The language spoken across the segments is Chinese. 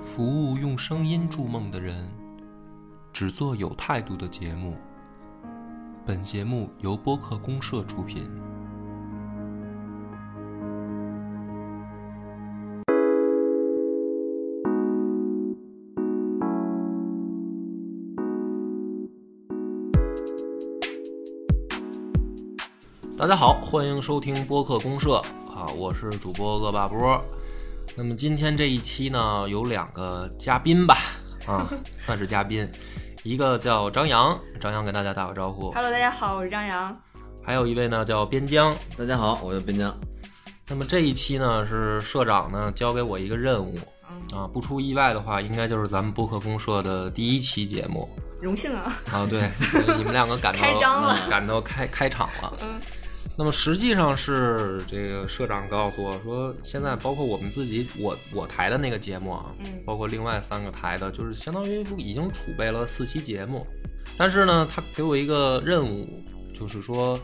服务用声音筑梦的人，只做有态度的节目。本节目由播客公社出品。大家好，欢迎收听播客公社啊，我是主播恶霸波。那么今天这一期呢，有两个嘉宾吧，啊，算是嘉宾，一个叫张扬，张扬给大家打个招呼， Hello，大家好，我是张扬。还有一位呢叫边疆。大家好，我叫边疆。那么这一期呢，是社长呢交给我一个任务嗯啊，不出意外的话，应该就是咱们播客公社的第一期节目荣 幸啊，啊。对，所以你们两个赶到开张了嗯赶到开开场了。嗯，那么实际上是这个社长告诉我说，现在包括我们自己，我我台的那个节目啊，嗯包括另外三个台的，就是相当于已经储备了四期节目。但是呢，他给我一个任务，就是说，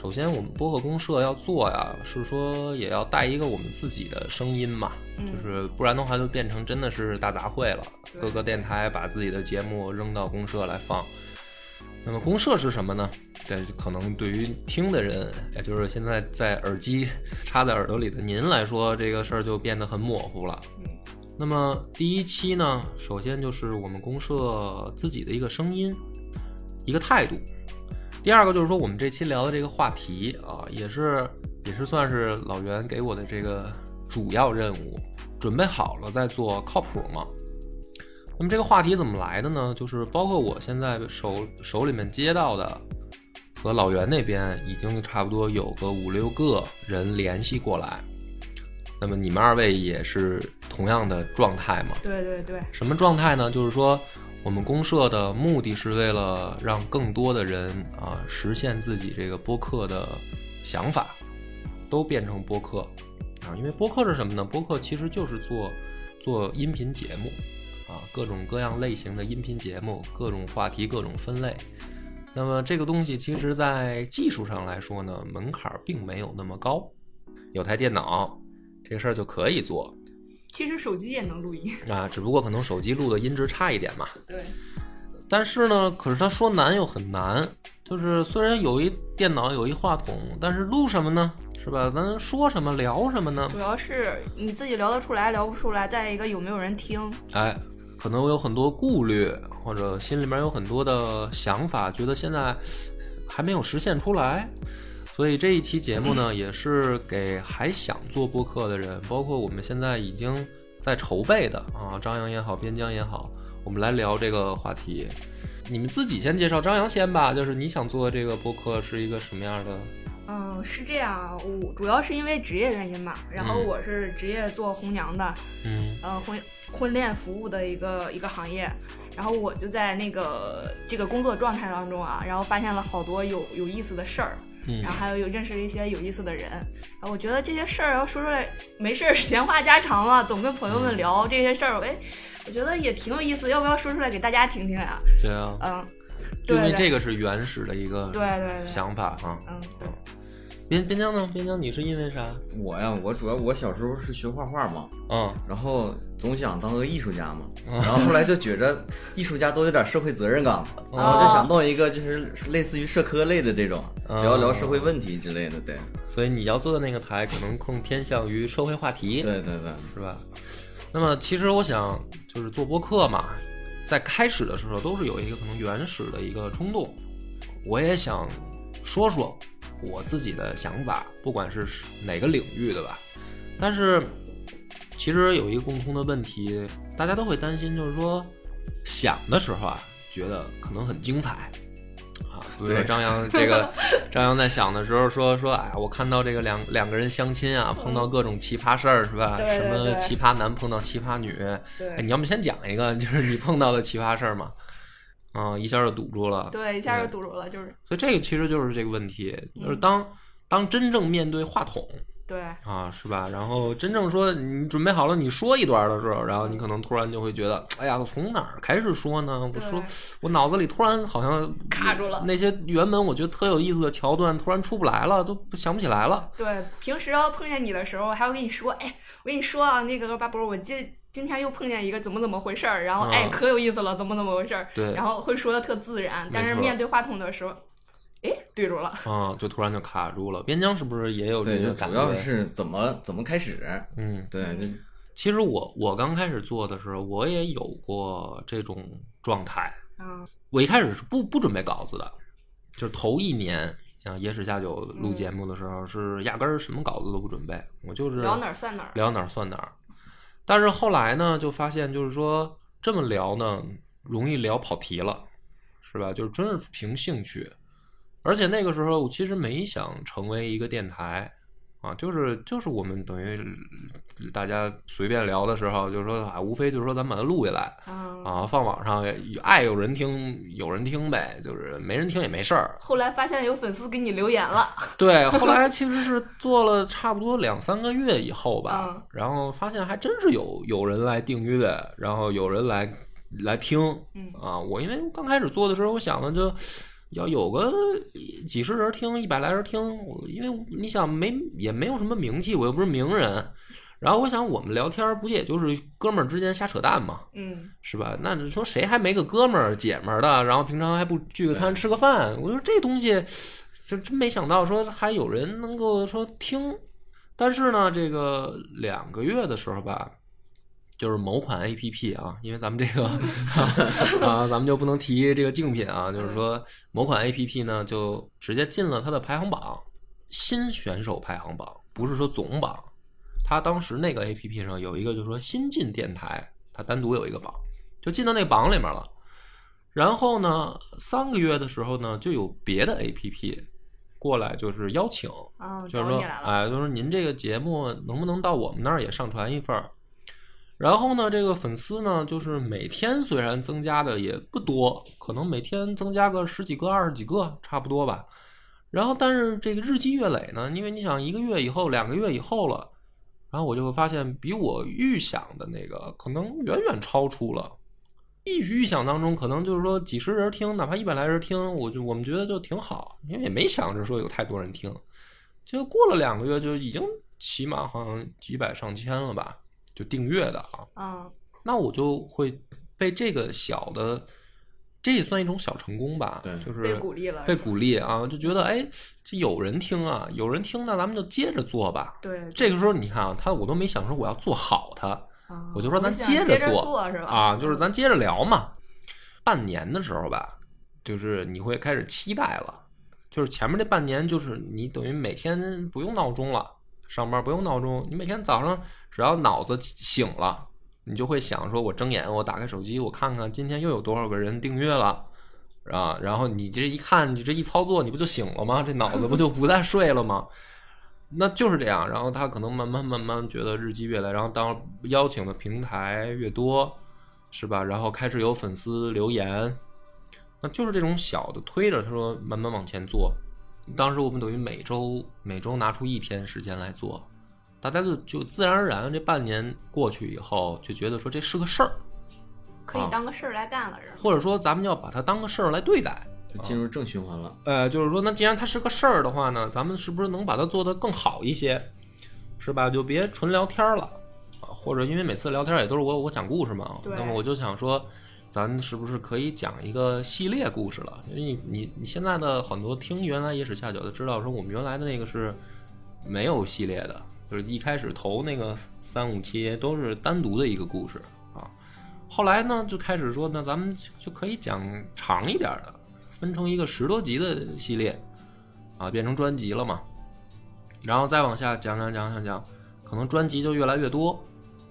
首先我们播客公社要做呀，是说也要带一个我们自己的声音嘛，嗯就是不然的话就变成真的是大杂烩了，对各个电台把自己的节目扔到公社来放。那么公社是什么呢？对，可能对于听的人，也就是现在在耳机插在耳朵里的您来说，这个事儿就变得很模糊了。嗯那么第一期呢，首先就是我们公社自己的一个声音，一个态度。第二个就是说，我们这期聊的这个话题啊，也是也是算是老袁给我的这个主要任务，准备好了再做靠谱吗？那么这个话题怎么来的呢？就是包括我现在手手里面接到的，和老袁那边已经差不多有个五六个人联系过来。那么你们二位也是同样的状态吗？对对对，什么状态呢？就是说，我们公社的目的是为了让更多的人啊实现自己这个播客的想法，都变成播客啊。因为播客是什么呢？播客其实就是做做音频节目啊，各种各样类型的音频节目，各种话题，各种分类。那么这个东西其实，在技术上来说呢，门槛儿并没有那么高，有台电脑，这个事儿就可以做其实手机也能录音。啊，只不过可能手机录的音质差一点嘛。对，但是呢，可是他说难又很难，就是虽然有一电脑有一话筒，但是录什么呢？是吧？咱说什么聊什么呢？ 主要是你自己聊得出来，聊不出来，再一个有没有人听。哎，可能我有很多顾虑，或者心里面有很多的想法，觉得现在还没有实现出来。所以这一期节目呢，也是给还想做播客的人，包括我们现在已经在筹备的啊，张扬也好，边疆也好，我们来聊这个话题。你们自己先介绍张扬先吧，就是你想做的这个播客是一个什么样的？嗯，是这样啊，我主要是因为职业原因嘛，然后嗯我是职业做红娘的，嗯呃，婚婚恋服务的一个一个行业，然后我就在那个这个工作状态当中啊，然后发现了好多有有意思的事儿，嗯然后还有有认识一些有意思的人，然后我觉得这些事儿要说出来，没事儿闲话家常嘛，总跟朋友嗯们聊这些事儿，哎，我觉得也挺有意思，要不要说出来给大家听听呀、对啊，嗯，对因为对这个是原始的一个对对对，想法啊。嗯，对边边疆呢？边疆你是因为啥？我呀，我主要我小时候是学画画嘛，嗯，然后总想当个艺术家嘛，哦然后后来就觉着艺术家都有点社会责任感，然后就想弄一个就是类似于社科类的这种，哦聊聊社会问题之类的。对，所以你要做的那个台可能更偏向于社会话题，对对对，是吧？那么其实我想，就是做播客嘛，在开始的时候都是有一个可能原始的一个冲动，我也想说说我自己的想法，不管是哪个领域的吧。但是其实有一个共通的问题，大家都会担心，就是说想的时候啊，觉得可能很精彩。啊，比如说对张扬这个，张扬在想的时候说说，哎，我看到这个两两个人相亲啊，碰到各种奇葩事儿是吧？嗯对对什么对奇葩男碰到奇葩女，哎，对你要不先讲一个，就是你碰到的奇葩事儿嘛？嗯，一下就堵住了。对，一下就堵住了，就是所以这个其实就是这个问题，嗯就是当、当真正面对话筒对啊，是吧？然后真正说你准备好了，你说一段的时候，然后你可能突然就会觉得，哎呀，我从哪儿开始说呢？我对说我脑子里突然好像卡住了那些原本我觉得特有意思的桥段突然出不来了，都不想不起来了。对，平时要碰见你的时候，还要跟你说，哎，我跟你说啊，那个巴博，我这今天又碰见一个怎么怎么回事儿，然后啊哎可有意思了，怎么怎么回事儿，对然后会说的特自然，但是没错面对话筒的时候，哎对住了，嗯，就突然就卡住了。边疆是不是也有这对，就个感主觉要？是怎么怎么开始，嗯，对，就其实我我刚开始做的时候，我也有过这种状态。嗯我一开始是不不准备稿子的，就是头一年啊，野史下酒录节目的时候、是压根儿什么稿子都不准备，我就是聊哪儿算哪儿，聊哪儿算哪儿。但是后来呢，就发现就是说这么聊呢，容易聊跑题了，是吧？就是真是凭兴趣。而且那个时候我其实没想成为一个电台啊，就是就是我们等于呃大家随便聊的时候，就是说啊，无非就是说咱们把它录下来，嗯。啊，放网上爱有人听有人听呗，就是没人听也没事儿。后来发现有粉丝给你留 言了，对，后来其实是做了差不多两三个月以后吧，嗯然后发现还真是有有人来订阅，然后有人来来听嗯啊。我因为刚开始做的时候，我想的就。要有个几十人听，一百来人听，我因为你想没也没有什么名气，我又不是名人，然后我想我们聊天儿不也就是哥们儿之间瞎扯淡嘛，嗯，是吧？那你说谁还没个哥们儿姐们儿的？然后平常还不聚个餐吃个饭？我说这东西，就真没想到说还有人能够说听。但是呢，这个两个月的时候吧，就是某款 A P P 啊，因为咱们这个啊，咱们就不能提这个竞品啊，就是说某款 A P P 呢就直接进了它的排行榜，新选手排行榜，不是说总榜。它当时那个 A P P 上有一个，就是说新进电台，它单独有一个榜，就进到那榜里面了。然后呢，三个月的时候呢，就有别的 A P P 过来，就是邀请，啊，就是找说你来，了，哎，就是您这个节目能不能到我们那儿也上传一份儿？然后呢，这个粉丝呢，就是每天虽然增加的也不多，可能每天增加个十几个、二十几个，差不多吧。然后，但是这个日积月累呢，因为你想一个月以后、两个月以后了，然后我就会发现，比我预想的那个可能远远超出了。一预想当中，可能就是说几十人听，哪怕一百来人听，我就我们觉得就挺好，因为也没想着说有太多人听。就过了两个月，就已经起码好像几百上千了吧，就订阅的啊。嗯那我就会被这个小的，这也算一种小成功吧，对就是被鼓励了被鼓励啊，就觉得哎，这有人听啊，有人听，那咱们就接着做吧。对，这个时候你看啊，他我都没想说我要做好它，啊我就说咱想接接着做做是吧？啊，就是咱接着聊嘛。半年的时候吧，就是你会开始期待了，就是前面这半年，就是你等于每天不用闹钟了，上班不用闹钟，你每天早上只要脑子醒了，你就会想说，我睁眼，我打开手机，我看看今天又有多少个人订阅了。啊，然后你这一看，你这一操作，你不就醒了吗？这脑子不就不再睡了吗？那就是这样，然后他可能慢慢慢慢觉得日积月累，然后当邀请的平台越多，是吧？然后开始有粉丝留言，那就是这种小的推着，他说慢慢往前做。当时我们等于每周每周拿出一天时间来做，大家就就自然而然这半年过去以后，就觉得说这是个事儿，可啊以当个事儿来干了是吧？或者说咱们要把它当个事儿来对待。就进入正循环了。呃，就是说，那既然它是个事儿的话呢，咱们是不是能把它做得更好一些，是吧？就别纯聊天儿了，啊，或者因为每次聊天儿也都是我我讲故事嘛，对那么我就想说，咱是不是可以讲一个系列故事了？因为你你你现在的很多听原来野史下酒的知道说，我们原来的那个是没有系列的，就是一开始投那个三五期都是单独的一个故事啊。后来呢，就开始说，那咱们就可以讲长一点的，分成一个十多集的系列，啊，变成专辑了嘛。然后再往下讲讲讲讲讲，可能专辑就越来越多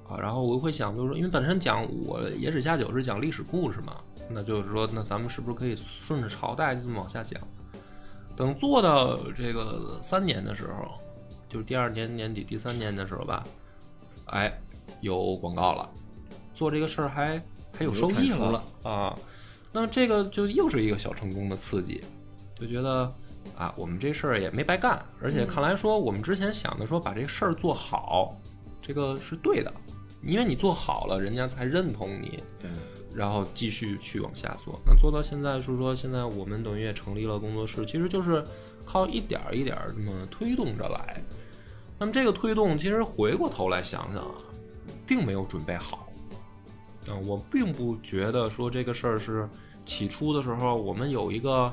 啊。然后我会想，就是说，因为本身讲我野史下酒是讲历史故事嘛，那就是说，那咱们是不是可以顺着朝代就这么往下讲？等做到这个三年的时候，就是第二年年底、第三年的时候吧，哎，有广告了，做这个事儿还还有收益有产出了啊。那这个就又是一个小成功的刺激，就觉得啊，我们这事儿也没白干，而且看来说我们之前想的说把这个事儿做好，这个是对的，因为你做好了，人家才认同你，对，然后继续去往下做。那做到现在是说，现在我们等于也成立了工作室，其实就是靠一点儿一点儿这么推动着来。那么这个推动，其实回过头来想想啊，并没有准备好，嗯、我并不觉得说这个事儿是起初的时候我们有一个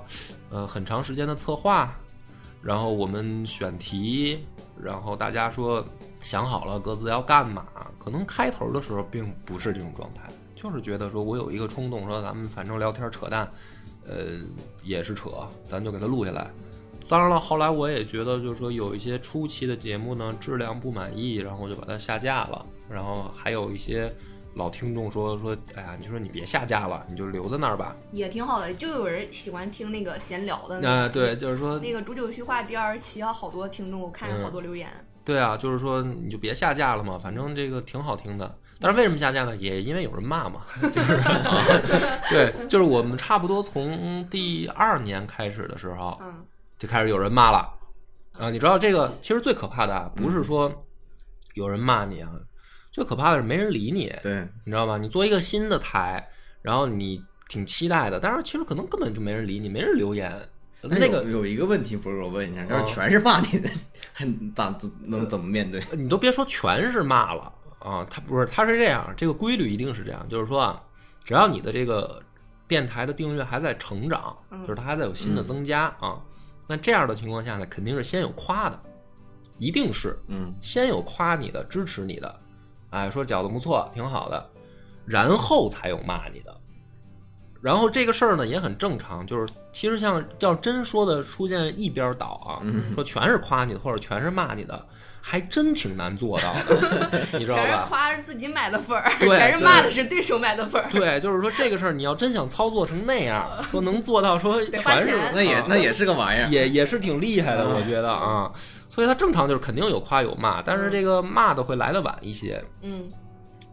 呃很长时间的策划，然后我们选题，然后大家说想好了各自要干嘛。可能开头的时候并不是这种状态，就是觉得说我有一个冲动，说咱们反正聊天扯淡，呃也是扯，咱就给它录下来。当然了，后来我也觉得，就是说有一些初期的节目呢，质量不满意，然后我就把它下架了。然后还有一些老听众说说，哎呀，你说你别下架了，你就留在那儿吧。也挺好的，就有人喜欢听那个闲聊的。啊，对，就是说那个《煮酒叙话》第二十期啊，好多听众，我看嗯着好多留言。对啊，就是说你就别下架了嘛，反正这个挺好听的。但是为什么下架呢？也因为有人骂嘛，就是 对，就是我们差不多从第二年开始的时候，嗯。就开始有人骂了，啊，你知道这个其实最可怕的啊，不是说有人骂你啊，最可怕的是没人理你，对，你知道吗？你做一个新的台，然后你挺期待的，但是其实可能根本就没人理你，没人留言。但那个有有一个问题，不是我问一下，要嗯是全是骂你的， 还咋能怎么面对？你都别说全是骂了啊，他不是，他是这样，这个规律一定是这样，就是说啊，只要你的这个电台的订阅还在成长，嗯就是它还在有新的增加啊，那这样的情况下呢，肯定是先有夸的，一定是，嗯，先有夸你的、支持你的，哎，说饺子不错，挺好的，然后才有骂你的。然后这个事儿呢也很正常，就是其实像要真说的出现一边倒啊，嗯说全是夸你的或者全是骂你的，还真挺难做到 的，你知道全是吧？夸是自己买的粉儿，对 全就是是骂的是对手买的粉儿。对，就是说这个事儿你要真想操作成那样， 说能做到说得花全是钱那也啊那也是个玩意儿，也也是挺厉害的，我觉得啊，所以他正常就是肯定有夸有骂，但是这个骂的会来的晚一些，嗯，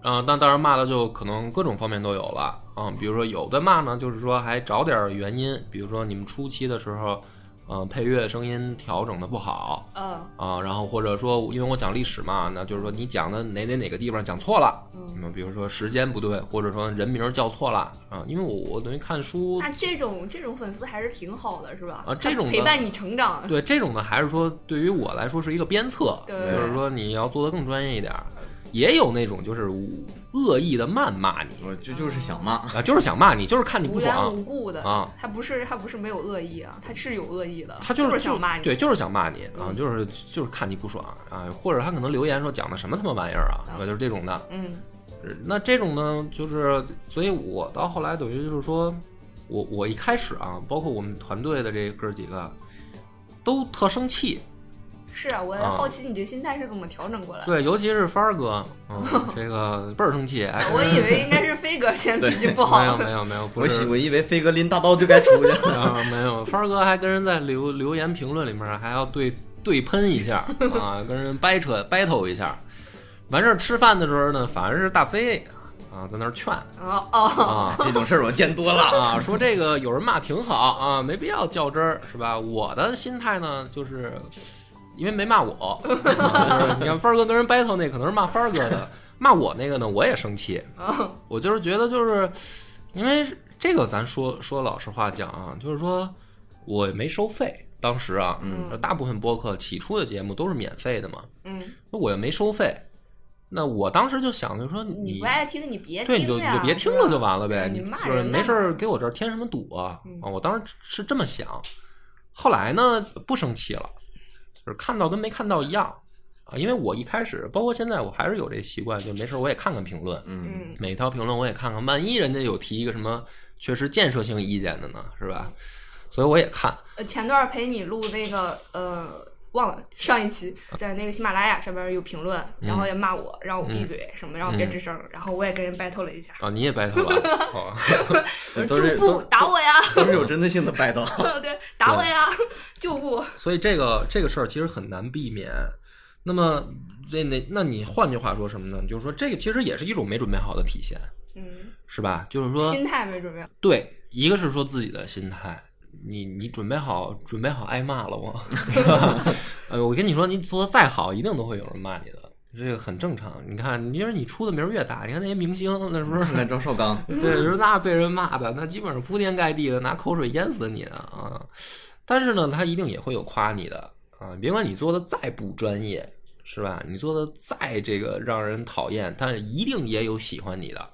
啊，那当然骂的就可能各种方面都有了啊、比如说有的骂呢，就是说还找点儿原因，比如说你们初期的时候，嗯、配乐声音调整的不好嗯，啊、然后或者说因为我讲历史嘛，那就是说你讲的哪哪哪个地方讲错了，嗯嗯，比如说时间不对，或者说人名叫错了啊、因为我我等于看书那这种这种粉丝还是挺好的，是吧？啊这种的陪伴你成长，对这种呢，还是说对于我来说是一个鞭策，对就是说你要做的更专业一点儿。也有那种就是恶意的谩骂你，我就就是想骂，啊，就是想骂你，就是看你不无缘爽无故的啊，他不是他不是没有恶意啊，他是有恶意的，他就是想骂你。对，就是想骂你啊，嗯就是就是看你不爽啊，或者他可能留言说讲的什么他妈玩意儿啊，啊就是这种的。嗯那这种呢，就是所以我到后来等于就是说，我我一开始啊，包括我们团队的这哥几个，都特生气，，是啊，我啊好奇你这心态是怎么调整过来的？对，尤其是帆儿哥，嗯，这个倍儿生气， 哎，我以为应该是 飞哥先脾气不没有好，没有没有，不我是以我以为飞哥拎大刀就该出去 了，啊，没有，帆儿哥还跟人在留留言评论里面还要对对喷一下啊，跟人掰扯 battle 一下。完事儿吃饭的时候呢，反而是大飞啊在那儿劝哦哦，啊这种事儿我见多了，啊，说这个有人骂挺好啊，没必要较真儿，是吧？我的心态呢，就是因为没骂我， 啊就是你看帆儿哥跟人 battle 那可能是骂帆儿哥的，骂我那个呢，我也生气，我就是觉得就是因为这个，咱说说老实话讲啊，就是说我没收费，当时啊，嗯大部分播客起初的节目都是免费的嘛，嗯，那我又没收费，那我当时就想就说你不爱听你别对，你就哎听你呀，就别听是了吧就完了呗，你你骂就是人没干事儿嘛给我这儿添什么堵啊？嗯啊，我当时是这么想，后来呢不生气了，就是看到跟没看到一样啊，因为我一开始，包括现在，我还是有这习惯，就没事儿我也看看评论，嗯，嗯每条评论我也看看，万一人家有提一个什么确实建设性意见的呢，是嗯吧？所以我也看，，呃，前段儿陪你录那个呃，忘了上一期在那个喜马拉雅上边儿有评论，然后也骂我，让我闭嘴什么，让我别吱声，然后我也跟人 battle 了一下，啊，你也 battle 了，好啊，对都就是不都打我呀，都是有针对性的 掰刀， 对，打我呀，就不，所以这个这个事儿其实很难避免。那么这那那你换句话说什么呢？就是说这个其实也是一种没准备好的体现。嗯，是吧？就是说，心态没准备好，对，一个是说自己的心态，你你准备好准备好挨骂了吗？ 呃，我跟你说，你做的再好，一定都会有人骂你的，这个很正常。你看，你说你出的名儿越大，你看那些明星，那是不 是看看张绍刚，对，就是那被人骂的，那基本上铺天盖地的拿口水淹死你的啊！但是呢，他一定也会有夸你的啊，别管你做的再不专业，是吧？你做的再这个让人讨厌，但一定也有喜欢你的。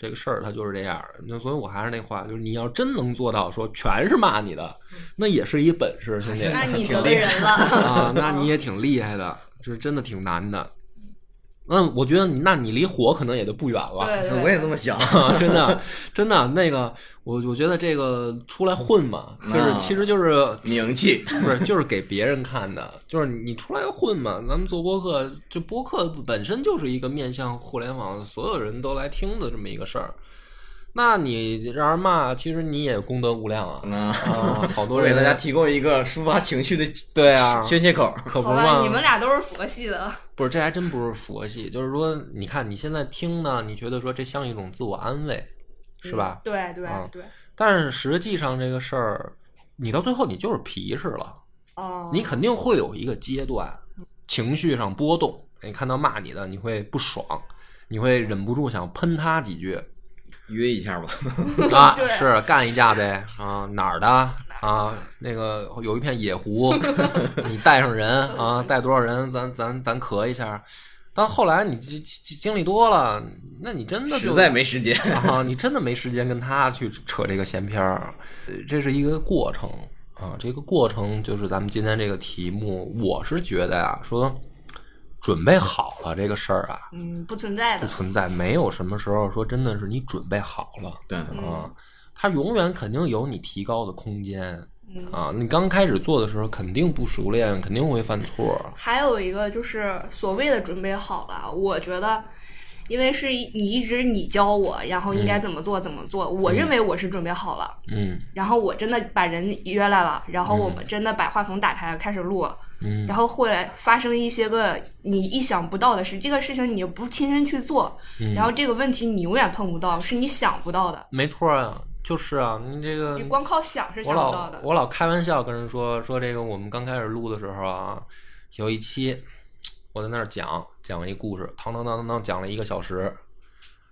这个事儿它就是这样。那所以我还是那话，就是你要真能做到说全是骂你的，那也是一本事，兄弟那你挺得厉罪害人 了。啊，那你也挺厉害的，这真的挺难的。那我觉得你，那你离火可能也就不远了。对是对，我也这么 想。啊，真的，真的，那个，我我觉得这个出来混嘛，就是啊其实就是名气，不是就是给别人看的，就是你出来混嘛。咱们做播客，这播客本身就是一个面向互联网所有人都来听的这么一个事儿。那你让人骂，其实你也功德无量啊！那啊，好多嗯 我给人大家提供一个抒发情绪的对啊，宣泄口。可不好是吧，嘛。你们俩都是佛系的，不是，这还真不是佛系，就是说，你看你现在听呢，你觉得说这像一种自我安慰，是吧？嗯？对对啊对，但是实际上这个事儿，你到最后你就是皮实了，哦，你肯定会有一个阶段情绪上波动，你看到骂你的你会不爽，你会忍不住想喷他几句约一下吧，啊，对是干一架呗啊哪儿的啊那个有一片野狐， 你带上人啊带多少人，咱咱咱咳一下。但后来你经经历多了，那你真的就实在没时间。 啊，你真的没时间跟他去扯这个闲篇儿，呃这是一个过程啊。这个过程就是咱们今天这个题目，我是觉得啊，说准备好了这个事儿啊，嗯，不存在不的，存在没有什么时候说真的是你准备好了对，嗯啊，它永远肯定有你提高的空间嗯。啊。你刚开始做的时候肯定不熟练，肯定会犯错。还有一个就是所谓的准备好了，我觉得，因为是一你一直你教我，然后应该怎么做怎么做，我认为我是准备好了，嗯然后我真的把人约来了，然后我们真的把话筒打开了开始录，嗯然后会发生一些个你意想不到的事，这个事情你不亲身去做，嗯，然后这个问题你永远碰不到，是你想不到的，没错啊，就是啊，你这个你光靠想是我想不到老的。我老开玩笑跟人说说这个，我们刚开始录的时候啊，有一期我在那儿讲讲一故事，当当当当当讲了一个小时，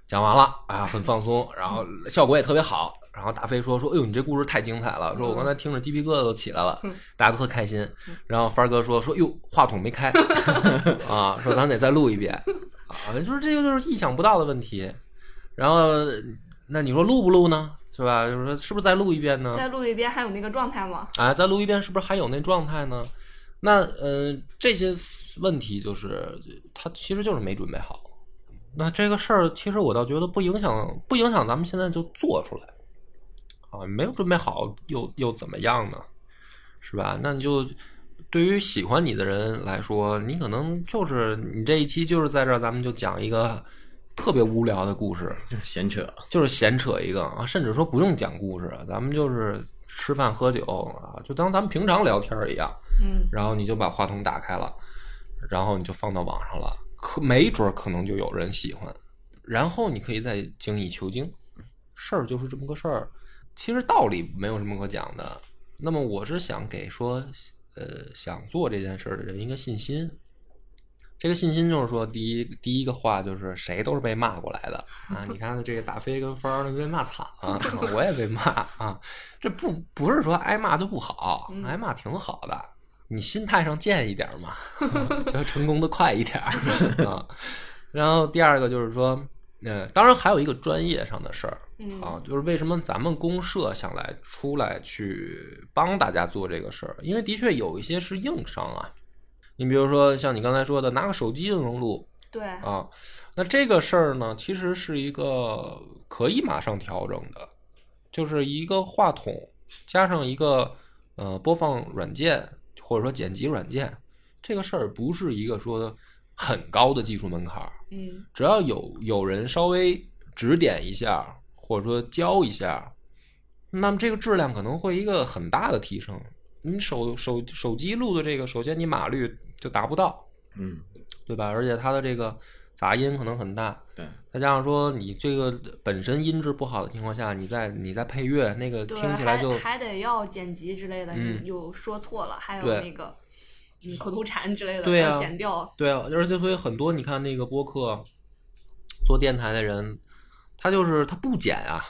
讲完了啊，很放松，然后效果也特别好。然后大飞说说，哎呦，你这故事太精彩了，说我刚嗯才听着鸡皮疙瘩都起来了，大家都特开心。然后帆儿哥说说，哟，话筒没 开啊，说咱得再录一遍啊，就是这个就是意想不到的问题。然后那你说录不录呢？是吧？就是说是不是再录一遍呢？再录一遍还有那个状态吗？啊，再录一遍是不是还有那状态呢？那呃，这些问题就是他其实就是没准备好。那这个事儿，其实我倒觉得不影响，不影响咱们现在就做出来啊，没有准备好又又怎么样呢？是吧？那你就对于喜欢你的人来说，你可能就是你这一期就是在这儿，咱们就讲一个特别无聊的故事，就是闲扯。就是闲扯一个啊，甚至说不用讲故事，咱们就是吃饭喝酒啊，就当咱们平常聊天儿一样。嗯，然后你就把话筒打开了，然后你就放到网上了，可没准儿可能就有人喜欢，然后你可以再精益求精，事儿就是这么个事儿。其实道理没有什么可讲的。那么我是想给说，呃，想做这件事儿的人一个信心。这个信心就是说，第一第一个话就是谁都是被骂过来的啊！你看这个大飞跟芳儿都被骂惨了、啊我也被骂啊！这不不是说挨骂就不好，嗯挨骂挺好的，你心态上贱一点嘛，就成功的快一点儿啊。然后第二个就是说，嗯，当然还有一个专业上的事儿，嗯啊，就是为什么咱们公社想来出来去帮大家做这个事儿，因为的确有一些是硬伤啊。你比如说像你刚才说的，拿个手机就能录对，啊，那这个事儿呢，其实是一个可以马上调整的，就是一个话筒加上一个呃播放软件或者说剪辑软件，这个事儿不是一个说很高的技术门槛儿，嗯只要有有人稍微指点一下，或者说教一下，那么这个质量可能会一个很大的提升。你手手手机录的这个，首先你码率就达不到，嗯，对吧？而且它的这个杂音可能很大，对，再加上说你这个本身音质不好的情况下，你再你再配乐，那个对，听起来就还还得要剪辑之类的，嗯你有说错了，还有对那个嗯口头禅之类的，对啊要剪掉。对啊，而且所以很多你看那个播客做电台的人，他就是他不剪啊，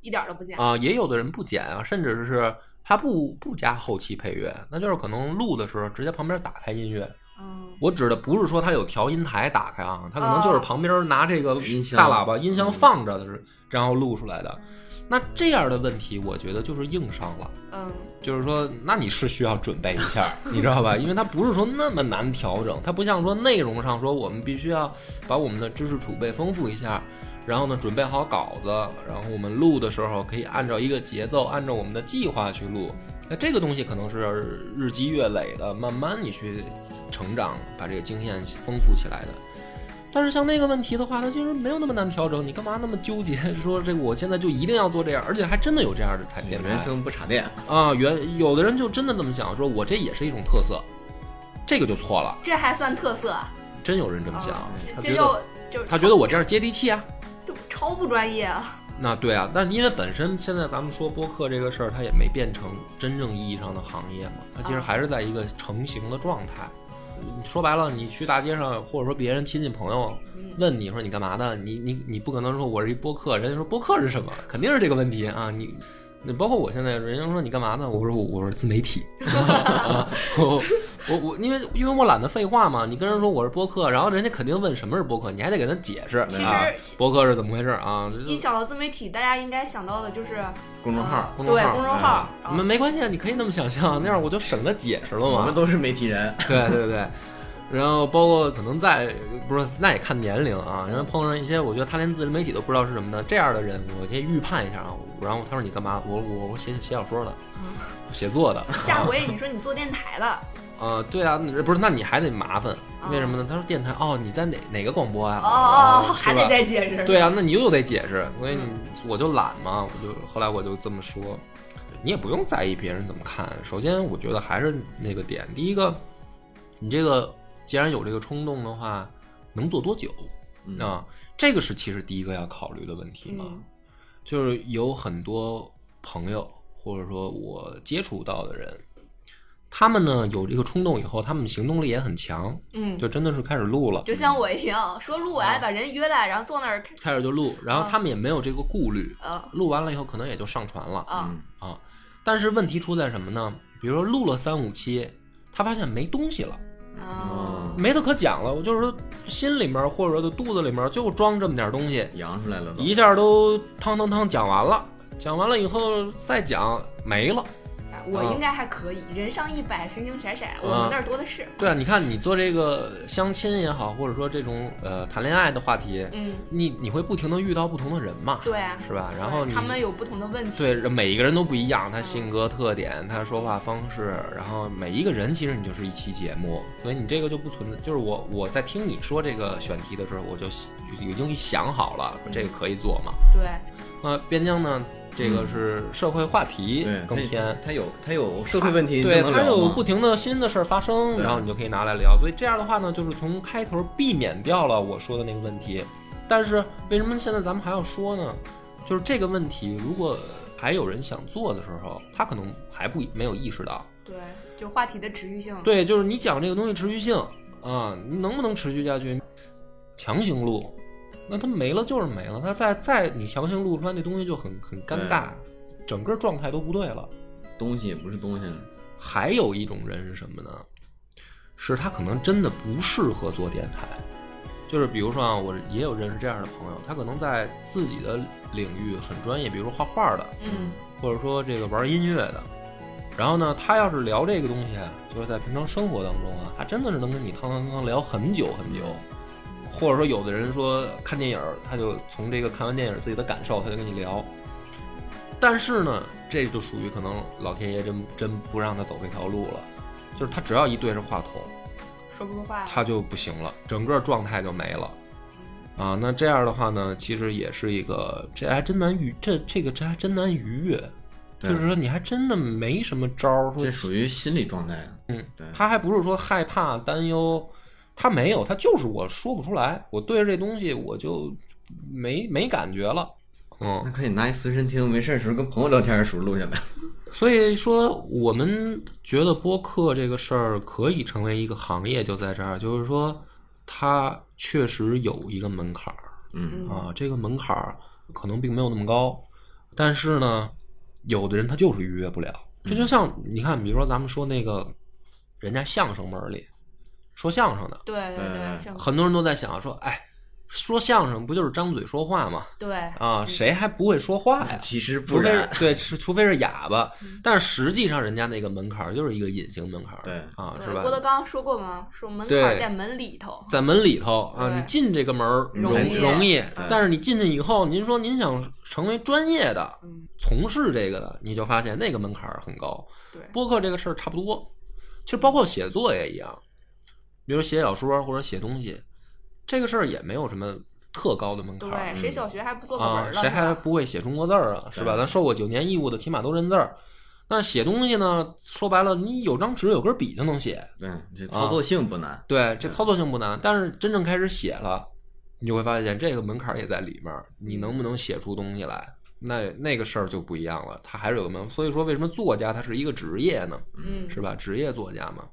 一点儿都不剪。啊、也有的人不剪啊，甚至是他不不加后期配乐，那就是可能录的时候直接旁边打开音乐，嗯，我指的不是说他有调音台打开啊，他可能就是哦旁边拿这个音箱大喇叭音箱嗯放着的是，然后录出来的。那这样的问题，我觉得就是硬伤了。嗯，就是说，那你是需要准备一下，你知道吧？因为它不是说那么难调整，它不像说内容上说我们必须要把我们的知识储备丰富一下，然后呢准备好稿子，然后我们录的时候可以按照一个节奏，按照我们的计划去录。那这个东西可能是日积月累的，慢慢你去成长，把这个经验丰富起来的。但是像那个问题的话，它其实没有那么难调整，你干嘛那么纠结？说这个我现在就一定要做这样，而且还真的有这样的台电台，人生不插电，啊，原有的人就真的这么想，说我这也是一种特色，这个就错了，这还算特色啊？真有人这么想，啊他觉这这得就就是他觉得我这样接地气啊，就超不专业啊！那对啊，但因为本身现在咱们说播客这个事儿，它也没变成真正意义上的行业嘛，它其实啊还是在一个成型的状态。说白了，你去大街上，或者说别人亲戚朋友嗯问你说你干嘛的，你你你不可能说我是一播客，人家说播客是什么，肯定是这个问题啊。你你包括我现在，人家说你干嘛呢？我说我我是自媒 体，啊我我我因为因为我懒得废话嘛，你跟人说我是播客，然后人家肯定问什么是播客，你还得给他解释其实啊，播客是怎么回事啊？一想到自媒体，大家应该想到的就是啊公众号，公众对号公众哎号，然后没没关系，啊，你可以那么想象，那样我就省得解释了我嘛们。都是媒体人，对对对，然后包括可能在不是那也看年龄啊，然后碰上一些我觉得他连自媒体都不知道是什么的这样的人，我先预判一下啊。然后他说你干嘛？我我我写写小说的，嗯写作的。下回你说你做电台了，呃，对啊，那不是，那你还得麻烦，啊为什么呢？他说电台哦，你在哪哪个广播呀、哦啊？哦，哦还是吧得再解 释。对啊，那你又得解释，所以你我就懒嘛，我就后来我就这么说，你也不用在意别人怎么看。首先，我觉得还是那个点，第一个，你这个既然有这个冲动的话，能做多久嗯啊？这个是其实第一个要考虑的问题嘛。嗯就是有很多朋友，或者说我接触到的人，他们呢有这个冲动以后，他们行动力也很强，嗯，就真的是开始录了。就像我一样，说录啊完把人约来，然后坐那儿看，开始就录，然后他们也没有这个顾虑，呃录完了以后可能也就上传了啊嗯啊。但是问题出在什么呢？比如说录了三五期，他发现没东西了，啊，没得可讲了。我就是说心里面或者说肚子里面就装这么点东西，嗯扬出来了都，一下都汤汤汤讲完了，讲完了以后再讲没了。我应该还可以，人上一百，形形色色，我们那儿多的是。啊对啊，你看你做这个相亲也好，或者说这种呃谈恋爱的话题，嗯，你你会不停的遇到不同的人嘛，对啊，是吧？然后对你他们有不同的问题。对，每一个人都不一样，他性格特点，他说话方式，然后每一个人其实你就是一期节目，所以你这个就不存在。就是我我在听你说这个选题的时候，我就已经想好了，这个可以做嘛。对，那边疆呢，这个是社会话题对，更偏，他有他有社会问题，对你就能它聊有吗不停的新的事儿发生，对啊然后你就可以拿来聊。所以这样的话呢，就是从开头避免掉了我说的那个问题。但是为什么现在咱们还要说呢？就是这个问题，如果还有人想做的时候，他可能还不没有意识到。对，就话题的持续性。对，就是你讲这个东西持续性啊，你能不能持续下去？强行录，那它没了就是没了。它再再你强行录出来那东西就很很尴尬，整个状态都不对了。东西不是东西了，还有一种人是什么呢？是他可能真的不适合做电台，就是比如说啊，我也有认识这样的朋友，他可能在自己的领域很专业，比如说画画的，嗯，或者说这个玩音乐的。然后呢，他要是聊这个东西啊，就是在平常生活当中啊，还真的是能跟你汤汤汤聊很久很久。或者说，有的人说看电影儿，他就从这个看完电影儿自己的感受，他就跟你聊。但是呢，这就属于可能老天爷真真不让他走这条路了，就是他只要一对着话筒，说不出话来。他就不行了，整个状态就没了。啊，那这样的话呢，其实也是一个，这还真难逾，这这个这还真难逾越。对就是说，你还真的没什么招儿。说这属于心理状态啊。嗯，对，他还不是说害怕、担忧，他没有，他就是我说不出来，我对着这东西我就没没感觉了。嗯那，可以拿一随身听，没事儿的时候跟朋友聊天的时候录下来。所以说，我们觉得播客这个事儿可以成为一个行业，就在这儿，就是说，它确实有一个门槛儿。嗯，啊，这个门槛儿可能并没有那么高，但是呢，有的人他就是逾越嗯不了。这就像你看，比如说咱们说那个人家相声门儿里说相声的，对对对对对这么很多人都在想说，哎，说相声不就是张嘴说话吗？对啊，谁还不会说话呀？哎其实不除非然嗯是，对，除除非是哑巴，但是实际上人家那个门槛儿就是一个隐形门槛儿，对啊，对是吧郭？德纲说过嘛，说门槛对儿在门里头，在门里头啊，对你进这个门儿嗯容容易容易对，但是你进去以后，您说您想成为专业的嗯，从事这个的，你就发现那个门槛儿很高。对播客这个事儿差不多，其实包括写作也一样，比如写小说或者写东西，这个事儿也没有什么特高的门槛对，儿。谁小学还不做个文啊儿，了？谁是吧还不会写中国字儿啊？是吧？对咱受过九年义务的，起码都认字儿。那写东西呢，说白了，你有张纸有根笔就能写。嗯，这操啊作性不难，对，这操作性不难，但是真正开始写了，你就会发现这个门槛儿也在里面儿，你能不能写出东西来？那那个事儿就不一样了，它还是有个门。所以说，为什么作家他是一个职业呢？嗯是吧？职业作家嘛。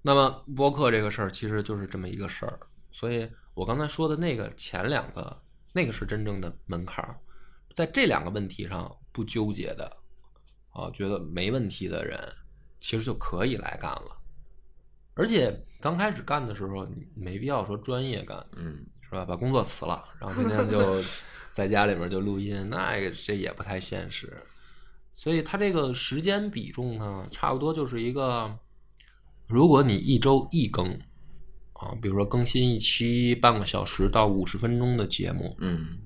那么播客这个事儿其实就是这么一个事儿，所以我刚才说的那个前两个，那个是真正的门槛儿，在这两个问题上不纠结的，啊，觉得没问题的人，其实就可以来干了。而且刚开始干的时候，你没必要说专业干，嗯，是吧？把工作辞了，然后天天就在家里面就录音，那个这也不太现实。所以它这个时间比重呢，差不多就是一个，如果你一周一更啊，比如说更新一期半个小时到五十分钟的节目，嗯，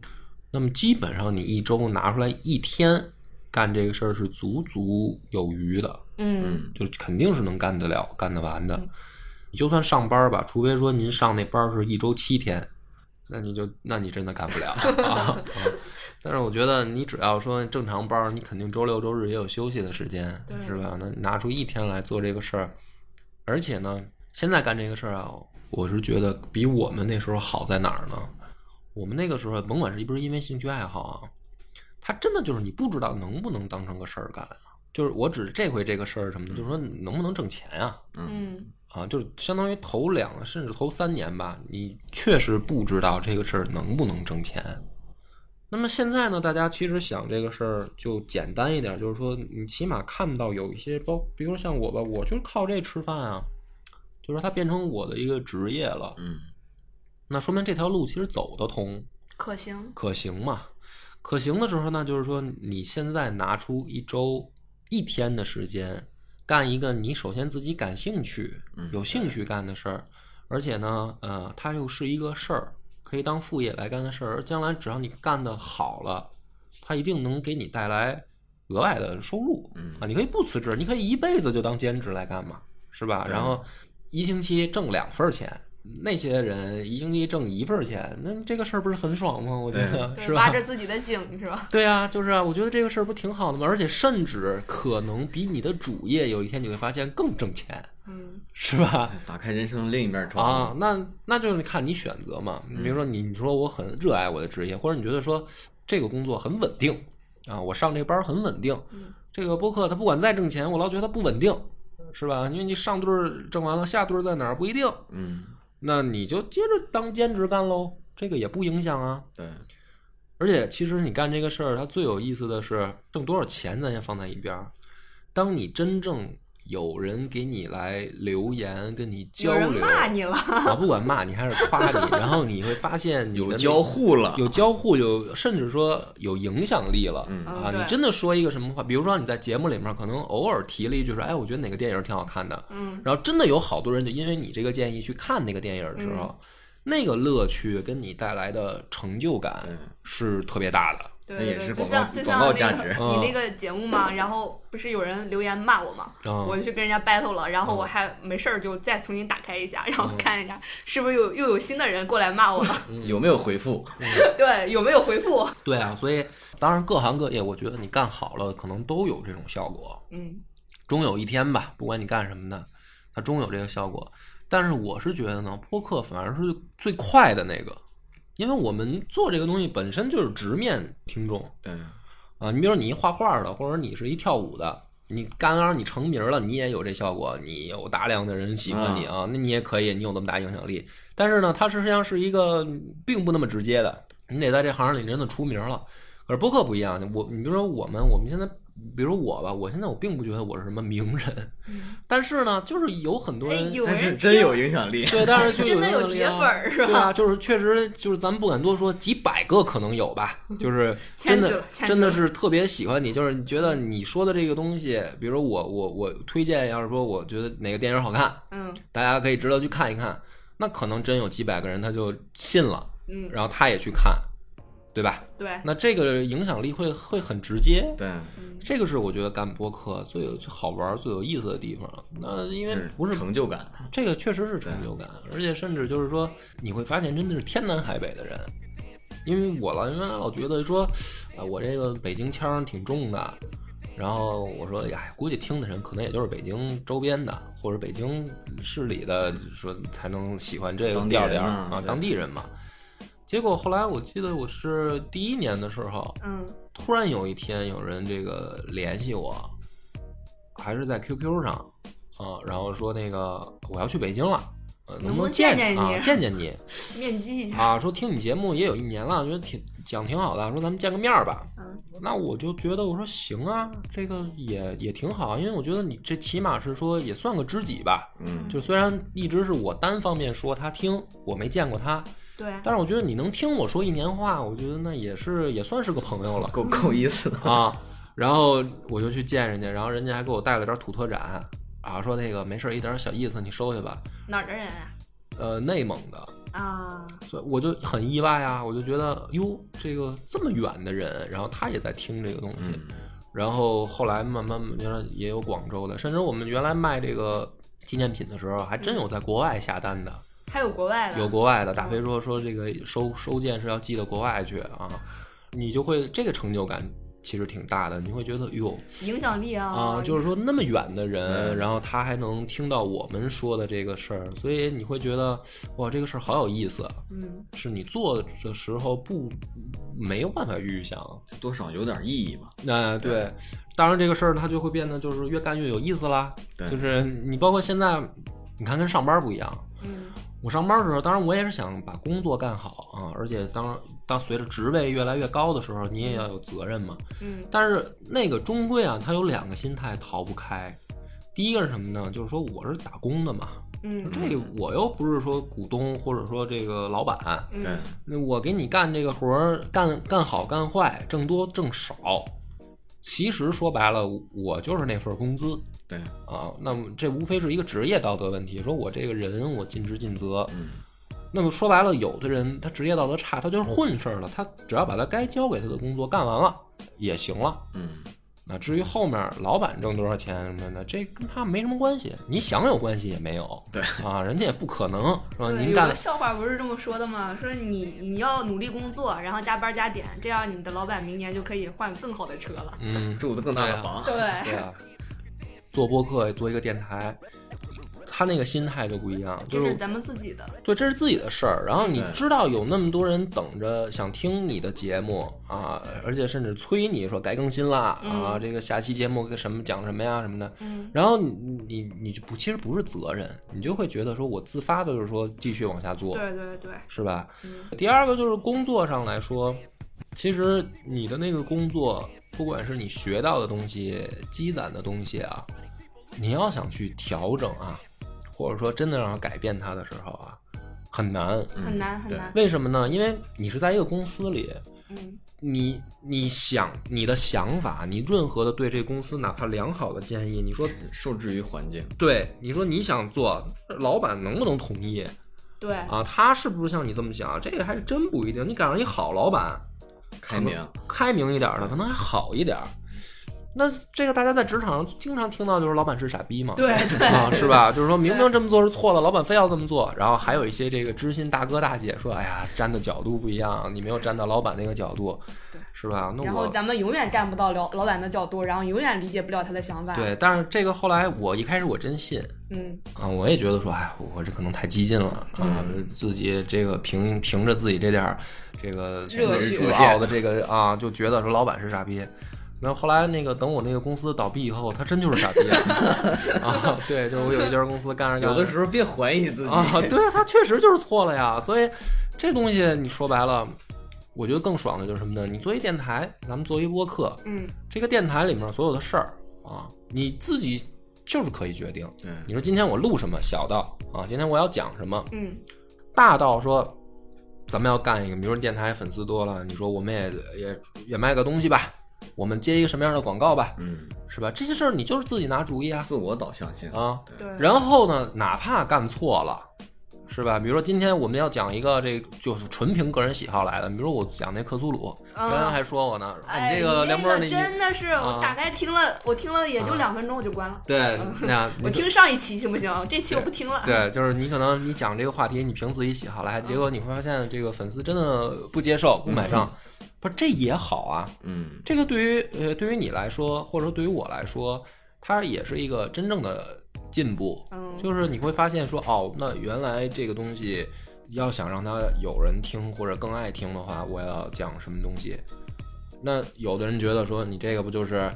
那么基本上你一周拿出来一天干这个事儿是足足有余的。嗯嗯，就是肯定是能干得了、干得完的嗯。你就算上班吧，除非说您上那班是一周七天，那你就那你真的干不 了啊。啊但是我觉得你只要说正常班，你肯定周六周日也有休息的时间，对是吧？那拿出一天来做这个事儿，而且呢，现在干这个事儿啊，我是觉得比我们那时候好在哪儿呢？我们那个时候，甭管是不是因为兴趣爱好啊，它真的就是你不知道能不能当成个事儿干啊。就是我指这回这个事儿什么的，就是说能不能挣钱啊？嗯啊，就是相当于头两甚至头三年吧，你确实不知道这个事儿能不能挣钱。那么现在呢，大家其实想这个事儿就简单一点，就是说你起码看到有一些包，比如像我吧，我就靠这吃饭啊，就是说它变成我的一个职业了，嗯，那说明这条路其实走得通，可嗯行，可行嘛？可行的时候呢，就是说你现在拿出一周一天的时间，干一个你首先自己感兴趣、嗯有兴趣干的事儿，而且呢，呃，它又是一个事儿，可以当副业来干的事儿。而将来只要你干的好了，它一定能给你带来额外的收入。嗯啊，你可以不辞职，你可以一辈子就当兼职来干嘛，是吧？对然后一星期挣两份儿钱。那些人一星期挣一份儿钱，那这个事儿不是很爽吗？我觉得对是吧？挖着自己的井是吧？对啊，就是啊，我觉得这个事儿不挺好的吗？而且甚至可能比你的主业有一天你会发现更挣钱， 嗯是吧？打开人生另一面窗啊，，那那就是看你选择嘛。你比如说你，你说我很热爱我的职业，或者你觉得说这个工作很稳定啊，我上这班儿很稳定，嗯这个播客它不管再挣钱，我老觉得它不稳定，是吧？因为你上顿儿挣完了，下顿儿在哪儿不一定，嗯，那你就接着当兼职干喽，这个也不影响啊。对，而且其实你干这个事儿，它最有意思的是挣多少钱，咱先放在一边儿。当你真正有人给你来留言，跟你交有人流，骂 你了，啊，不管骂你还是夸你，然后你会发现你的那有个交互啊了，有交互，有甚至说有影响力了。嗯啊，嗯你对真的说一个什么话，比如说你在节目里面可能偶尔提了一句说，哎，我觉得哪个电影挺好看的，嗯然后真的有好多人就因为你这个建议去看那个电影的时候，那个乐趣跟你带来的成就感对是特别大的。对那对也对，是就广告像就广像告那价个值嗯你那个节目嘛，然后不是有人留言骂我嘛，嗯我就去跟人家 battle 了，然后我还没事儿就再重新打开一下，然嗯后看一下是不是有又有新的人过来骂我了， 有没有回复？嗯对，有没有回复？ 对啊，所以当然各行各业，我觉得你干好了，可能都有这种效果。嗯终有一天吧，不管你干什么的，它终有这个效果。但是我是觉得呢，播客反而是最快的那个，因为我们做这个东西本身就是直面听众对，啊。你比如说你一画画的，或者你是一跳舞的，你刚刚你成名了，你也有这效果，你有大量的人喜欢你啊，那你也可以，你有那么大影响力。但是呢，它实际上是一个并不那么直接的，你得在这行里真的出名了。可是播客不一样，我你比如说我们，我们现在比如我吧，我现在我并不觉得我是什么名人，嗯但是呢，就是有很多哎，人。有但是人真听有影 响力。对，但是就真的有有人铁聊粉儿是吧对啊，就是确实就是咱们不敢多说，几百个可能有 吧，就是真谦虚的了谦虚真的了是特别喜欢你，就是你觉得嗯你说的这个东西，比如说我我我推荐，要是说我觉得哪个电影好看，嗯大家可以值得去看一看，那可能真有几百个人他就信了，嗯，然后他也去看，对吧？对，那这个影响力会会很直接，对，嗯这个是我觉得干播客最有最好玩、最有意思的地方。那因为就是不是成就感，这个确实是成就感，而且甚至就是说，你会发现真的是天南海北的人。因为我老原来老觉得说，啊、我这个北京腔儿挺重的，然后我说，哎呀，估计听的人可能也就是北京周边的或者北京市里的，说才能喜欢这个当地调人调儿嘛啊，对当地人嘛。结果后来我记得我是第一年的时候，嗯突然有一天有人这个联系我，还是在 QQ 上，啊，然后说那个我要去北京了，呃，能不能不能见见见啊你见见你面基一下，啊？说听你节目也有一年了，觉得挺讲挺好的，说咱们见个面儿吧。嗯那我就觉得我说行啊，这个也也挺好，因为我觉得你这起码是说也算个知己吧。嗯，就虽然一直是我单方面说他听，我没见过他，对，但是我觉得你能听我说一年话，我觉得那也是也算是个朋友了。够够意思的。啊， 然后我就去见人家，然后人家还给我带了点土特产啊，说那个没事儿，一点小意思你收下吧。哪儿的人啊？呃，内蒙的，啊，所以我就很意外啊，我就觉得哟，这个这么远的人，然后他也在听这个东西。嗯，然后后来慢慢原来也有广州的，甚至我们原来卖这个纪念品的时候，还真有在国外下单的，还有国外的，有国外的。大飞说说这个收收件是要寄到国外去啊，你就会这个成就感其实挺大的，你会觉得哟。影响力啊，啊，就是说那么远的人，嗯然后他还能听到我们说的这个事儿，所以你会觉得哇，这个事儿好有意思，啊嗯，是你做的时候不没有办法预想。多少有点意义吧。那、对，对当然这个事儿它就会变得就是越干越有意思啦。对就是你包括现在，你看跟上班不一样。嗯我上班的时候，当然我也是想把工作干好啊，而且当当随着职位越来越高的时候，你也要有责任嘛。嗯但是那个终归啊，他有两个心态逃不开。第一个是什么呢？就是说我是打工的嘛，嗯，这个我又不是说股东或者说这个老板，嗯对，那我给你干这个活儿，干干好干坏，挣多挣少，其实说白了，我就是那份工资对，啊。那么这无非是一个职业道德问题，说我这个人我尽职尽责。嗯，那么说白了，有的人他职业道德差，他就是混事儿了，他只要把他该交给他的工作干完了也行了。嗯，那至于后面老板挣多少钱什么的，这跟他没什么关系，你想有关系也没有。对啊，人家也不可能是吧？对您有干个笑话不是这么说的吗？说你你要努力工作，然后加班加点，这样你的老板明年就可以换更好的车了。 嗯，住的更大的房。对对，啊，做播客做一个电台，他那个心态就不一样，就这是是咱们自己的，对，这是自己的事儿。然后你对知道有那么多人等着想听你的节目啊，而且甚至催你说该更新啦、啊，嗯这个下期节目跟什么讲什么呀什么的。嗯然后你你你就不其实不是责任，你就会觉得说我自发的就是说继续往下做，对对对，是吧？嗯第二个就是工作上来说，其实你的那个工作，不管是你学到的东西、积攒的东西啊，你要想去调整啊，或者说真的让它改变它的时候啊，很难。嗯很难很对难，为什么呢？因为你是在一个公司里，嗯你你想你的想法，你任何的对这公司哪怕良好的建议，你说受制于环境，对，你说你想做，老板能不能同意？对，啊，他是不是像你这么想？啊这个还真不一定。你赶上一好老板，开明，开明一点儿的，可能还好一点儿。那这个大家在职场上经常听到，就是老板是傻逼嘛， 对对，啊，是 吧？就是说明明这么做是错的，老板非要这么做。然后还有一些这个知心大哥大姐说，哎呀，站的角度不一样，你没有站到老板那个角度对，是吧？那然我后咱们永远站不到老老板的角度，然后永远理解不了他的想法。，对，但是这个后来我一开始我真信，嗯，啊，我也觉得说，哎，我这可能太激进了啊，嗯自己这个凭凭着自己这点儿这个热自血自傲的这个啊，就觉得说老板是傻逼。然后后来那个等我那个公司倒闭以后，他真就是傻逼了 啊！对，就是我有一家公司干着干着，有的时候别怀疑自己。啊，对啊，他确实就是错了呀。所以这东西你说白了，我觉得更爽的就是什么呢？你做一电台，咱们做一播客，嗯，这个电台里面所有的事儿啊，你自己就是可以决定。对，你说今天我录什么，小到啊，今天我要讲什么，嗯大到说咱们要干一个，比如说电台粉丝多了，你说我们也也也卖个东西吧，我们接一个什么样的广告吧，嗯，是吧？这些事儿你就是自己拿主意啊自我导向性，啊。对，然后呢，哪怕干错了，是吧？比如说今天我们要讲一个这个就是纯凭个人喜好来的，比如说我讲那克苏鲁，刚嗯才还说我呢，哎，哎，你这个梁波儿那那一真的是，啊我打开听了，我听了也就啊两分钟我就关了，对，那你我听上一期行不行？这期我不听了。对，就是你可能你讲这个话题，你凭自己喜好来，结果你会发现这个粉丝真的不接受，不买账，不是这也好啊，嗯，这个对于呃对于你来说，或者说对于我来说，它也是一个真正的进步，嗯，就是你会发现说，哦，那原来这个东西要想让它有人听或者更爱听的话，我要讲什么东西。那有的人觉得说你这个不就是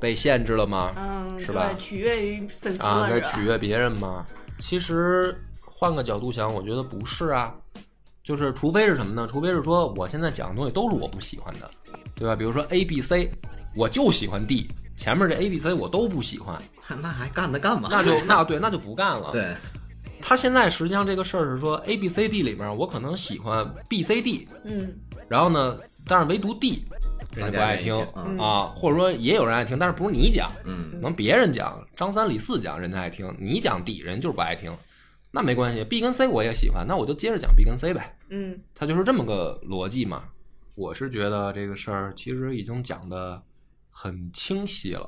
被限制了吗？嗯，是吧对，取悦于粉丝啊，了，在是吧取悦别人吗？其实换个角度想，我觉得不是啊，就是除非是什么呢？除非是说我现在讲的东西都是我不喜欢的，对吧？比如说 A、B、C，我就喜欢 D，前面这 A、B、C 我都不喜欢，还那还干它干嘛？那 就那对那就不干了。对，他现在实际上这个事儿是说 A、B、C、D 里面，我可能喜欢 B、C、D，嗯然后呢，但是唯独 D 人家不爱听大家愿意听啊，或者说也有人爱听，但是不是你讲。嗯，能别人讲张三李四讲人家爱听，你讲 D 人就是不爱听，那没关系，B 跟 C 我也喜欢，那我就接着讲 B 跟 C 呗，嗯它就是这么个逻辑嘛。我是觉得这个事儿其实已经讲的很清晰了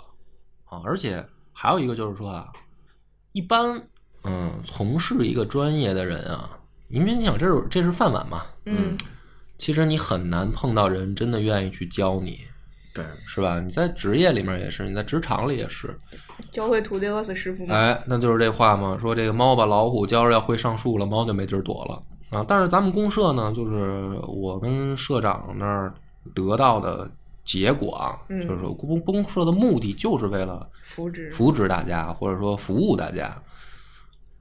啊，而且还有一个就是说啊，一般嗯从事一个专业的人啊，因为你想这是这是饭碗嘛，嗯其实你很难碰到人真的愿意去教你，对，是吧？你在职业里面也是，你在职场里也是，教会徒弟饿死师傅嘛。哎，那就是这话嘛，说这个猫把老虎教着要会上树了，猫就没地儿躲了啊。但是咱们公社呢，就是我跟社长那儿得到的结果啊，嗯就是说公公社的目的就是为了扶植，扶植大家，或者说服务大家。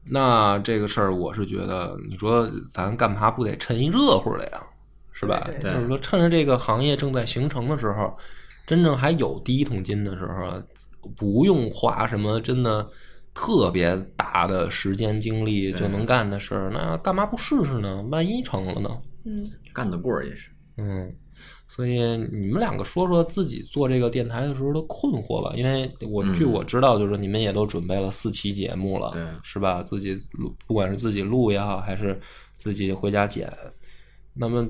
那这个事儿，我是觉得，你说咱干嘛不得趁一热乎的呀，是吧？对对就是说，趁着这个行业正在形成的时候，真正还有第一桶金的时候，不用花什么真的特别大的时间精力就能干的事儿，那干嘛不试试呢？万一成了呢？嗯干得过儿也是，嗯，所以你们两个说说自己做这个电台的时候的困惑吧，因为我嗯据我知道，就是你们也都准备了四期节目了，对是吧？自己录，不管是自己录也好，还是自己回家剪，那么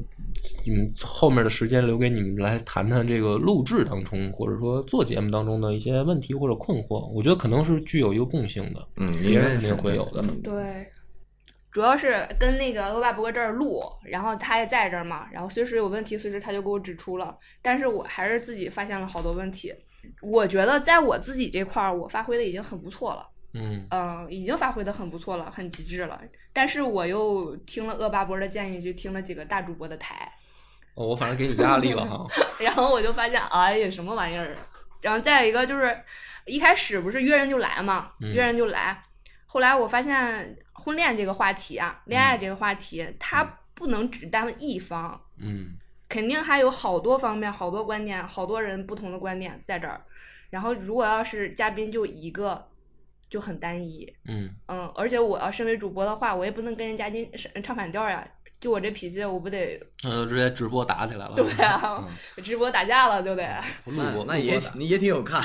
你们后面的时间留给你们来谈谈这个录制当中，或者说做节目当中的一些问题或者困惑，我觉得可能是具有一个共性的，嗯，别应人该肯是定会有的，嗯对，主要是跟那个恶霸伯格这儿录，然后他也在这儿嘛，然后随时有问题，随时他就给我指出了，但是我还是自己发现了好多问题。我觉得在我自己这块儿，我发挥的已经很不错了。嗯嗯，已经发挥的很不错了，很极致了。但是我又听了恶霸波的建议，就听了几个大主播的台，哦我反正给你压力了哈，然后我就发现，哎呀，什么玩意儿啊！然后再有一个就是，一开始不是约人就来嘛，嗯约人就来。后来我发现婚恋这个话题啊，恋爱这个话题，它不能只单一方，嗯肯定还有好多方面、好多观点、好多人不同的观点在这儿。然后如果要是嘉宾就一个，就很单一。嗯嗯，而且我要身为主播的话，我也不能跟人家进是唱反调呀。就我这脾气，我不得那就直接直播打起来了，对啊嗯，直播打架了就得。录那播那录播也打你也挺有看，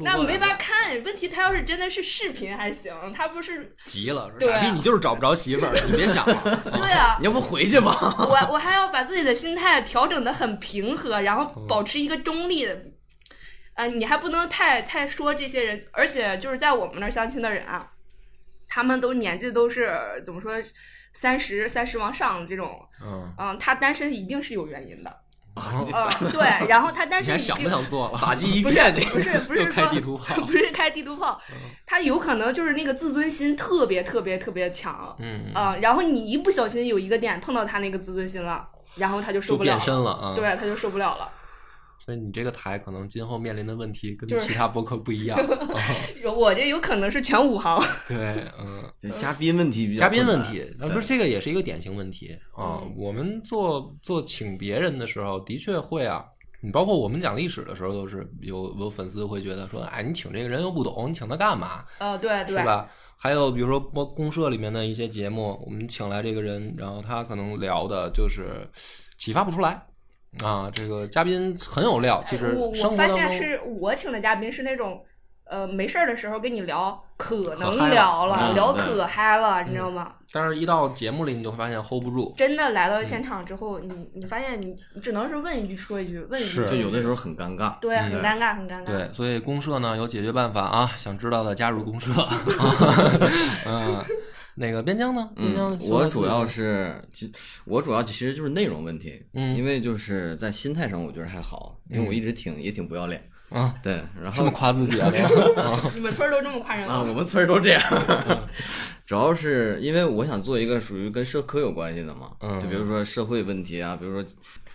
那没法看，问题他要是真的是视频还行，他不是 急了，说对啊傻逼你就是找不着媳妇儿，你别想 了。对啊，你要不回 去吧？ 我我还要把自己的心态调整的很平和，然后嗯保持一个中立的。啊、你还不能太太说这些人，而且就是在我们那儿相亲的人啊，他们都年纪都是怎么说，三十三十往上这种，嗯，嗯，他单身一定是有原因的。哦 呃，对，然后他 但你是还你想给不想做了？打击一片那不个，是不又是开说地图炮 嗯不是开地图炮，他有可能就是那个自尊心特别特别特别强，嗯，啊、然后你一不小心有一个点碰到他那个自尊心了，然后他就受就不了变了，身了啊。，对，他就受不了了。所以你这个台可能今后面临的问题跟就是其他播客不 一样。啊有我这有可能是全武行，对，嗯，就嘉宾问题比较嘉宾困问难题，那不是这个也是一个典型问题啊。嗯我们做做请别人的时候，的确会啊。你包括我们讲历史的时候，都是有有粉丝会觉得说，哎，你请这个人又不懂，你请他干嘛？呃，对是对，吧？还有比如说播公社里面的一些节目，我们请来这个人，然后他可能聊的就是启发不出来啊。这个嘉宾很有料，其哎实我我生活发当现中是我请的嘉宾是那种，呃，没事儿的时候跟你聊，可可能嗨了嗯聊了，嗯聊对可嗨了，你知道吗？但是一到节目里你就会发现 hold 不住。真的嗯来到现场之后，你你发现你你只能是问一句说一句，问一句是嗯说就一句有的时候很尴尬。对，很对尴尬，很尴尬。对，所以公社呢有解决办法啊，想知道的加入公社。 嗯，那个边疆呢？边疆嗯，说我说自己，主要是，其我主要其实就是内容问题，嗯因为就是在心态上我觉得还好，因为我一直挺也挺不要脸，啊，对，然这么后夸自 己啊？啊 你们村儿都这么夸人啊，吗？我们村儿都这样， 主要是因为我想做一个属于跟社科有关系的嘛，嗯就比如说社会问题啊，比如说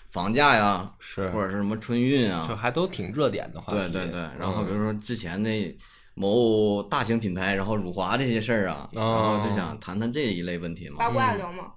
房价呀、是或者是什么春运啊嗯就，还都挺热点的话题。对对对，然后嗯比如说之前那某大型品牌，然后辱华这些事儿啊，然哦后就想谈谈这一类问题嘛八，卦聊吗？嗯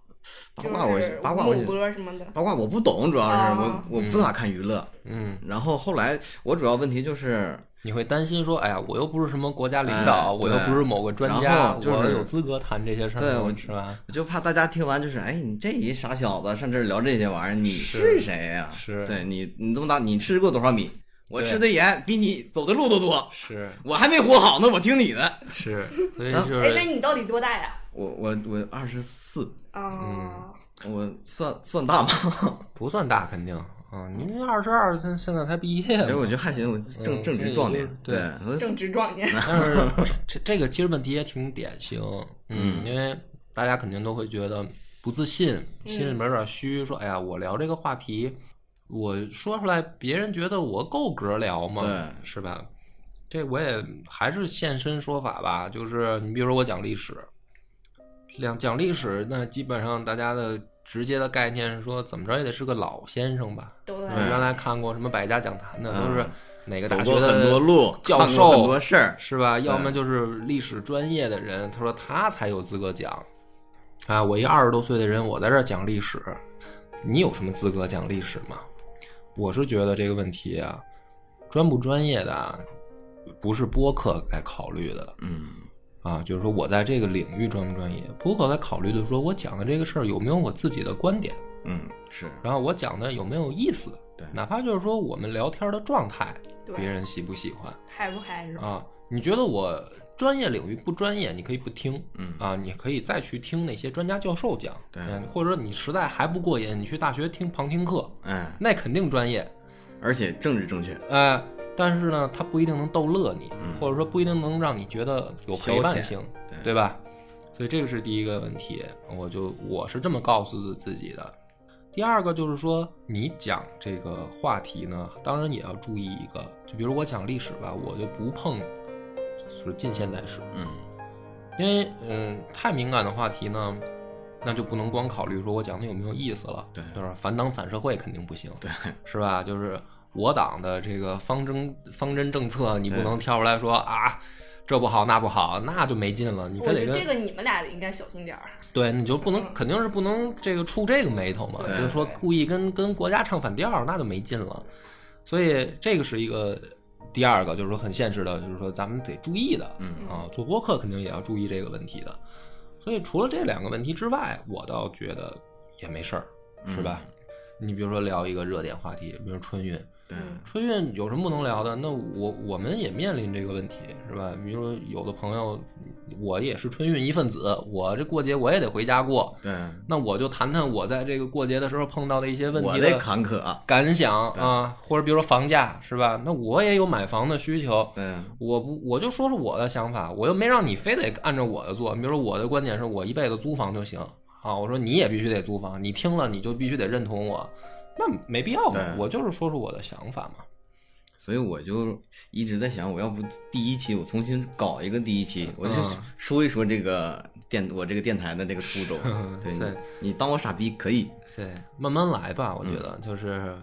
八就卦我是八卦我哦母播什么的。八卦我不懂，主要是我啊我不咋看娱乐。嗯，然后后来我主要问题就是，你会担心说，哎呀，我又不是什么国家领导，哎我又不是某个专然家，后就是我有资格谈这些事儿吗，对我是吧？我就怕大家听完就是，哎，你这一傻小子上这儿聊这些玩意儿，你是是谁呀、是对你你这么大，你吃过多少米？我对吃的盐比你走的路都多，是我还没活好呢，我听你的。是，所以然后就哎，那是你到底多大呀？我我我二十四，啊，嗯我算算大吗？ 不算大，肯定啊，您二十二，现现在才毕业其实我嘛。觉得还行，我嗯正正值壮年。对对，我正值壮年。 但是这这个其实问题也挺典型，嗯，因为大家肯定都会觉得不自信，心里面有点虚，说哎呀，我聊这个话题，我说出来，别人觉得我够格聊吗？对是吧？这我也还是现身说法吧，就是你比如说我讲历史，两讲历史，那基本上大家的直接的概念是说，怎么着也得是个老先生吧？对，我原来看过什么百家讲坛的，都是嗯哪个走大学过的很多路，教看过很授多事儿。是吧？要么就是历史专业的人，他说他才有资格讲。啊，我一二十多岁的人，我在这儿讲历史，你有什么资格讲历史吗？我是觉得这个问题啊，专不专业的啊，不是播客来考虑的嗯，啊，就是说我在这个领域专不专业，播客来考虑的说我讲的这个事儿有没有我自己的观点，嗯，是然后我讲的有没有意思，对哪怕就是说我们聊天的状态，对别人喜不喜欢。嗨不嗨是吧？啊，你觉得我专业领域不专业，你可以不听，嗯啊，你可以再去听那些专家教授讲，对嗯或者说你实在还不过瘾，你去大学听旁听课，哎，那肯定专业，而且政治正确，哎，但是呢，它不一定能逗乐你，嗯或者说不一定能让你觉得有陪伴性，消遣对对吧？所以这个是第一个问题，我就我是这么告诉自己的。第二个就是说，你讲这个话题呢，当然也要注意一个，就比如我讲历史吧，我就不碰就是近现代史，嗯，因为嗯，太敏感的话题呢，那就不能光考虑说我讲的有没有意思了，对就是反党反社会肯定不行，对，是吧？就是我党的这个方针方针政策，你不对能跳出来说啊，这不好那不好，那就没劲了。你我非觉得得跟、这个你们俩应该小心点儿。对，你就不能肯定是不能这个触这个眉头嘛，对就是说故意跟跟国家唱反调儿，那就没劲了。所以这个是一个第二个，就是说很现实的，就是说咱们得注意的，嗯啊，做播客肯定也要注意这个问题的。所以除了这两个问题之外，我倒觉得也没事儿，嗯是吧？你比如说聊一个热点话题，比如春运，对，春运有什么不能聊的？那我我们也面临这个问题，是吧？比如说有的朋友，我也是春运一份子，我这过节我也得回家过，对，那我就谈谈我在这个过节的时候碰到的一些问我题的的坎坷啊，感想啊，或者比如说房价，是吧？那我也有买房的需求，对，我不我就说说我的想法，我又没让你非得按照我的做。比如说我的观点是我一辈子租房就行啊，我说你也必须得租房，你听了你就必须得认同我，那没必要嘛对，我就是说说我的想法嘛。。所以我就一直在想，我要不第一期我重新搞一个第一期，我就说一说这个电我这个电台的这个初衷对对你，你当我傻逼可以，嗯对，慢慢来吧，我觉得就是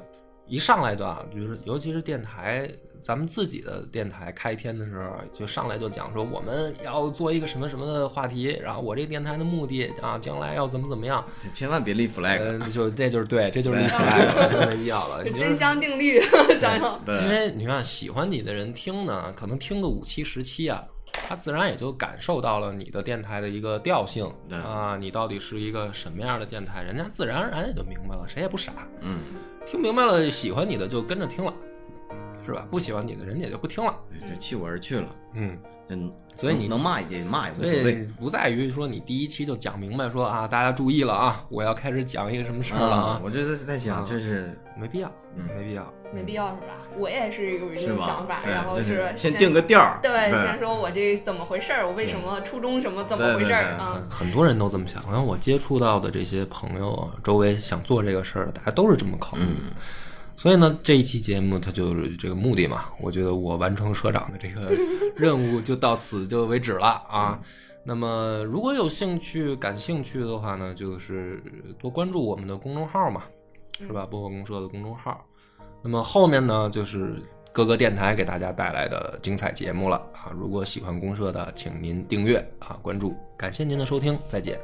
一上来就啊，就是尤其是电台，咱们自己的电台开篇的时候，就上来就讲说我们要做一个什么什么的话题，然后我这电台的目的啊，将来要怎么怎么样，就千万别立 flag，呃，就这就是对，这就是立 flag，没有必要了。你就是真香定 律，想想，因对，为你看，喜欢你的人听呢，可能听个五期、十期啊，他自然也就感受到了你的电台的一个调性对啊，你到底是一个什么样的电台，人家自然而然也就明白了，谁也不傻，嗯，听明白了，喜欢你的就跟着听了，是吧？不喜欢你的人也就不听了，就弃我而去了。嗯，嗯，所以你能能骂也骂也无所所以谓，不在于说你第一期就讲明白说啊，大家注意了啊，我要开始讲一个什么事儿了啊啊，我就是在啊想，就是没必要，嗯没必要，没必要是吧？我也是有这是种吧？想法，对然后就是先先定个调儿，嗯对，先说我这怎么回事儿，我为什么初中什么怎么对回事对儿对啊嗯？很多人都这么想，然后我接触到的这些朋友啊，周围想做这个事儿的，大家都是这么考虑的。嗯所以呢，这一期节目它就是这个目的嘛。我觉得我完成社长的这个任务就到此就为止了啊。那么，如果有兴趣、感兴趣的话呢，就是多关注我们的公众号嘛，是吧？播客公社的公众号。那么后面呢，就是各个电台给大家带来的精彩节目了啊！如果喜欢公社的，请您订阅啊，关注。感谢您的收听，再见。